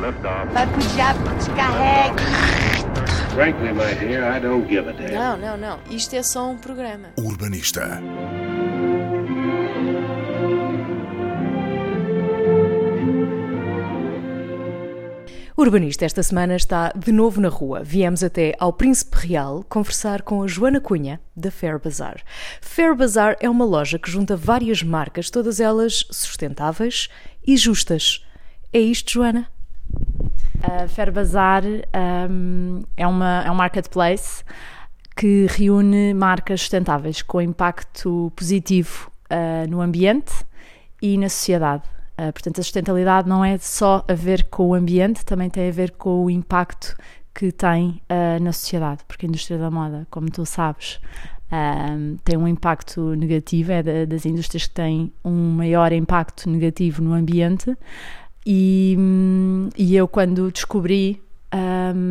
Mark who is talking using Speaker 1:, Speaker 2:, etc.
Speaker 1: Liftoff.
Speaker 2: Vai pro diabo, descarrega.
Speaker 1: Frankly, my dear, I don't give a damn.
Speaker 3: Não, não, não. Isto é só um programa.
Speaker 4: Urbanista.
Speaker 5: O urbanista esta semana está de novo na rua. Viemos até ao Príncipe Real conversar com a Joana Cunha, da Fair Bazar. Fair Bazar é uma loja que junta várias marcas, todas elas sustentáveis e justas. É isto, Joana?
Speaker 6: A Fair Bazar hum, é, uma, é um marketplace que reúne marcas sustentáveis com impacto positivo ah, no ambiente e na sociedade. Ah, portanto, a sustentabilidade não é só a ver com o ambiente, também tem a ver com o impacto que tem ah, na sociedade, porque a indústria da moda, como tu sabes, ah, tem um impacto negativo, é da- das indústrias que têm um maior impacto negativo no ambiente. E, hum, e eu, quando descobri hum,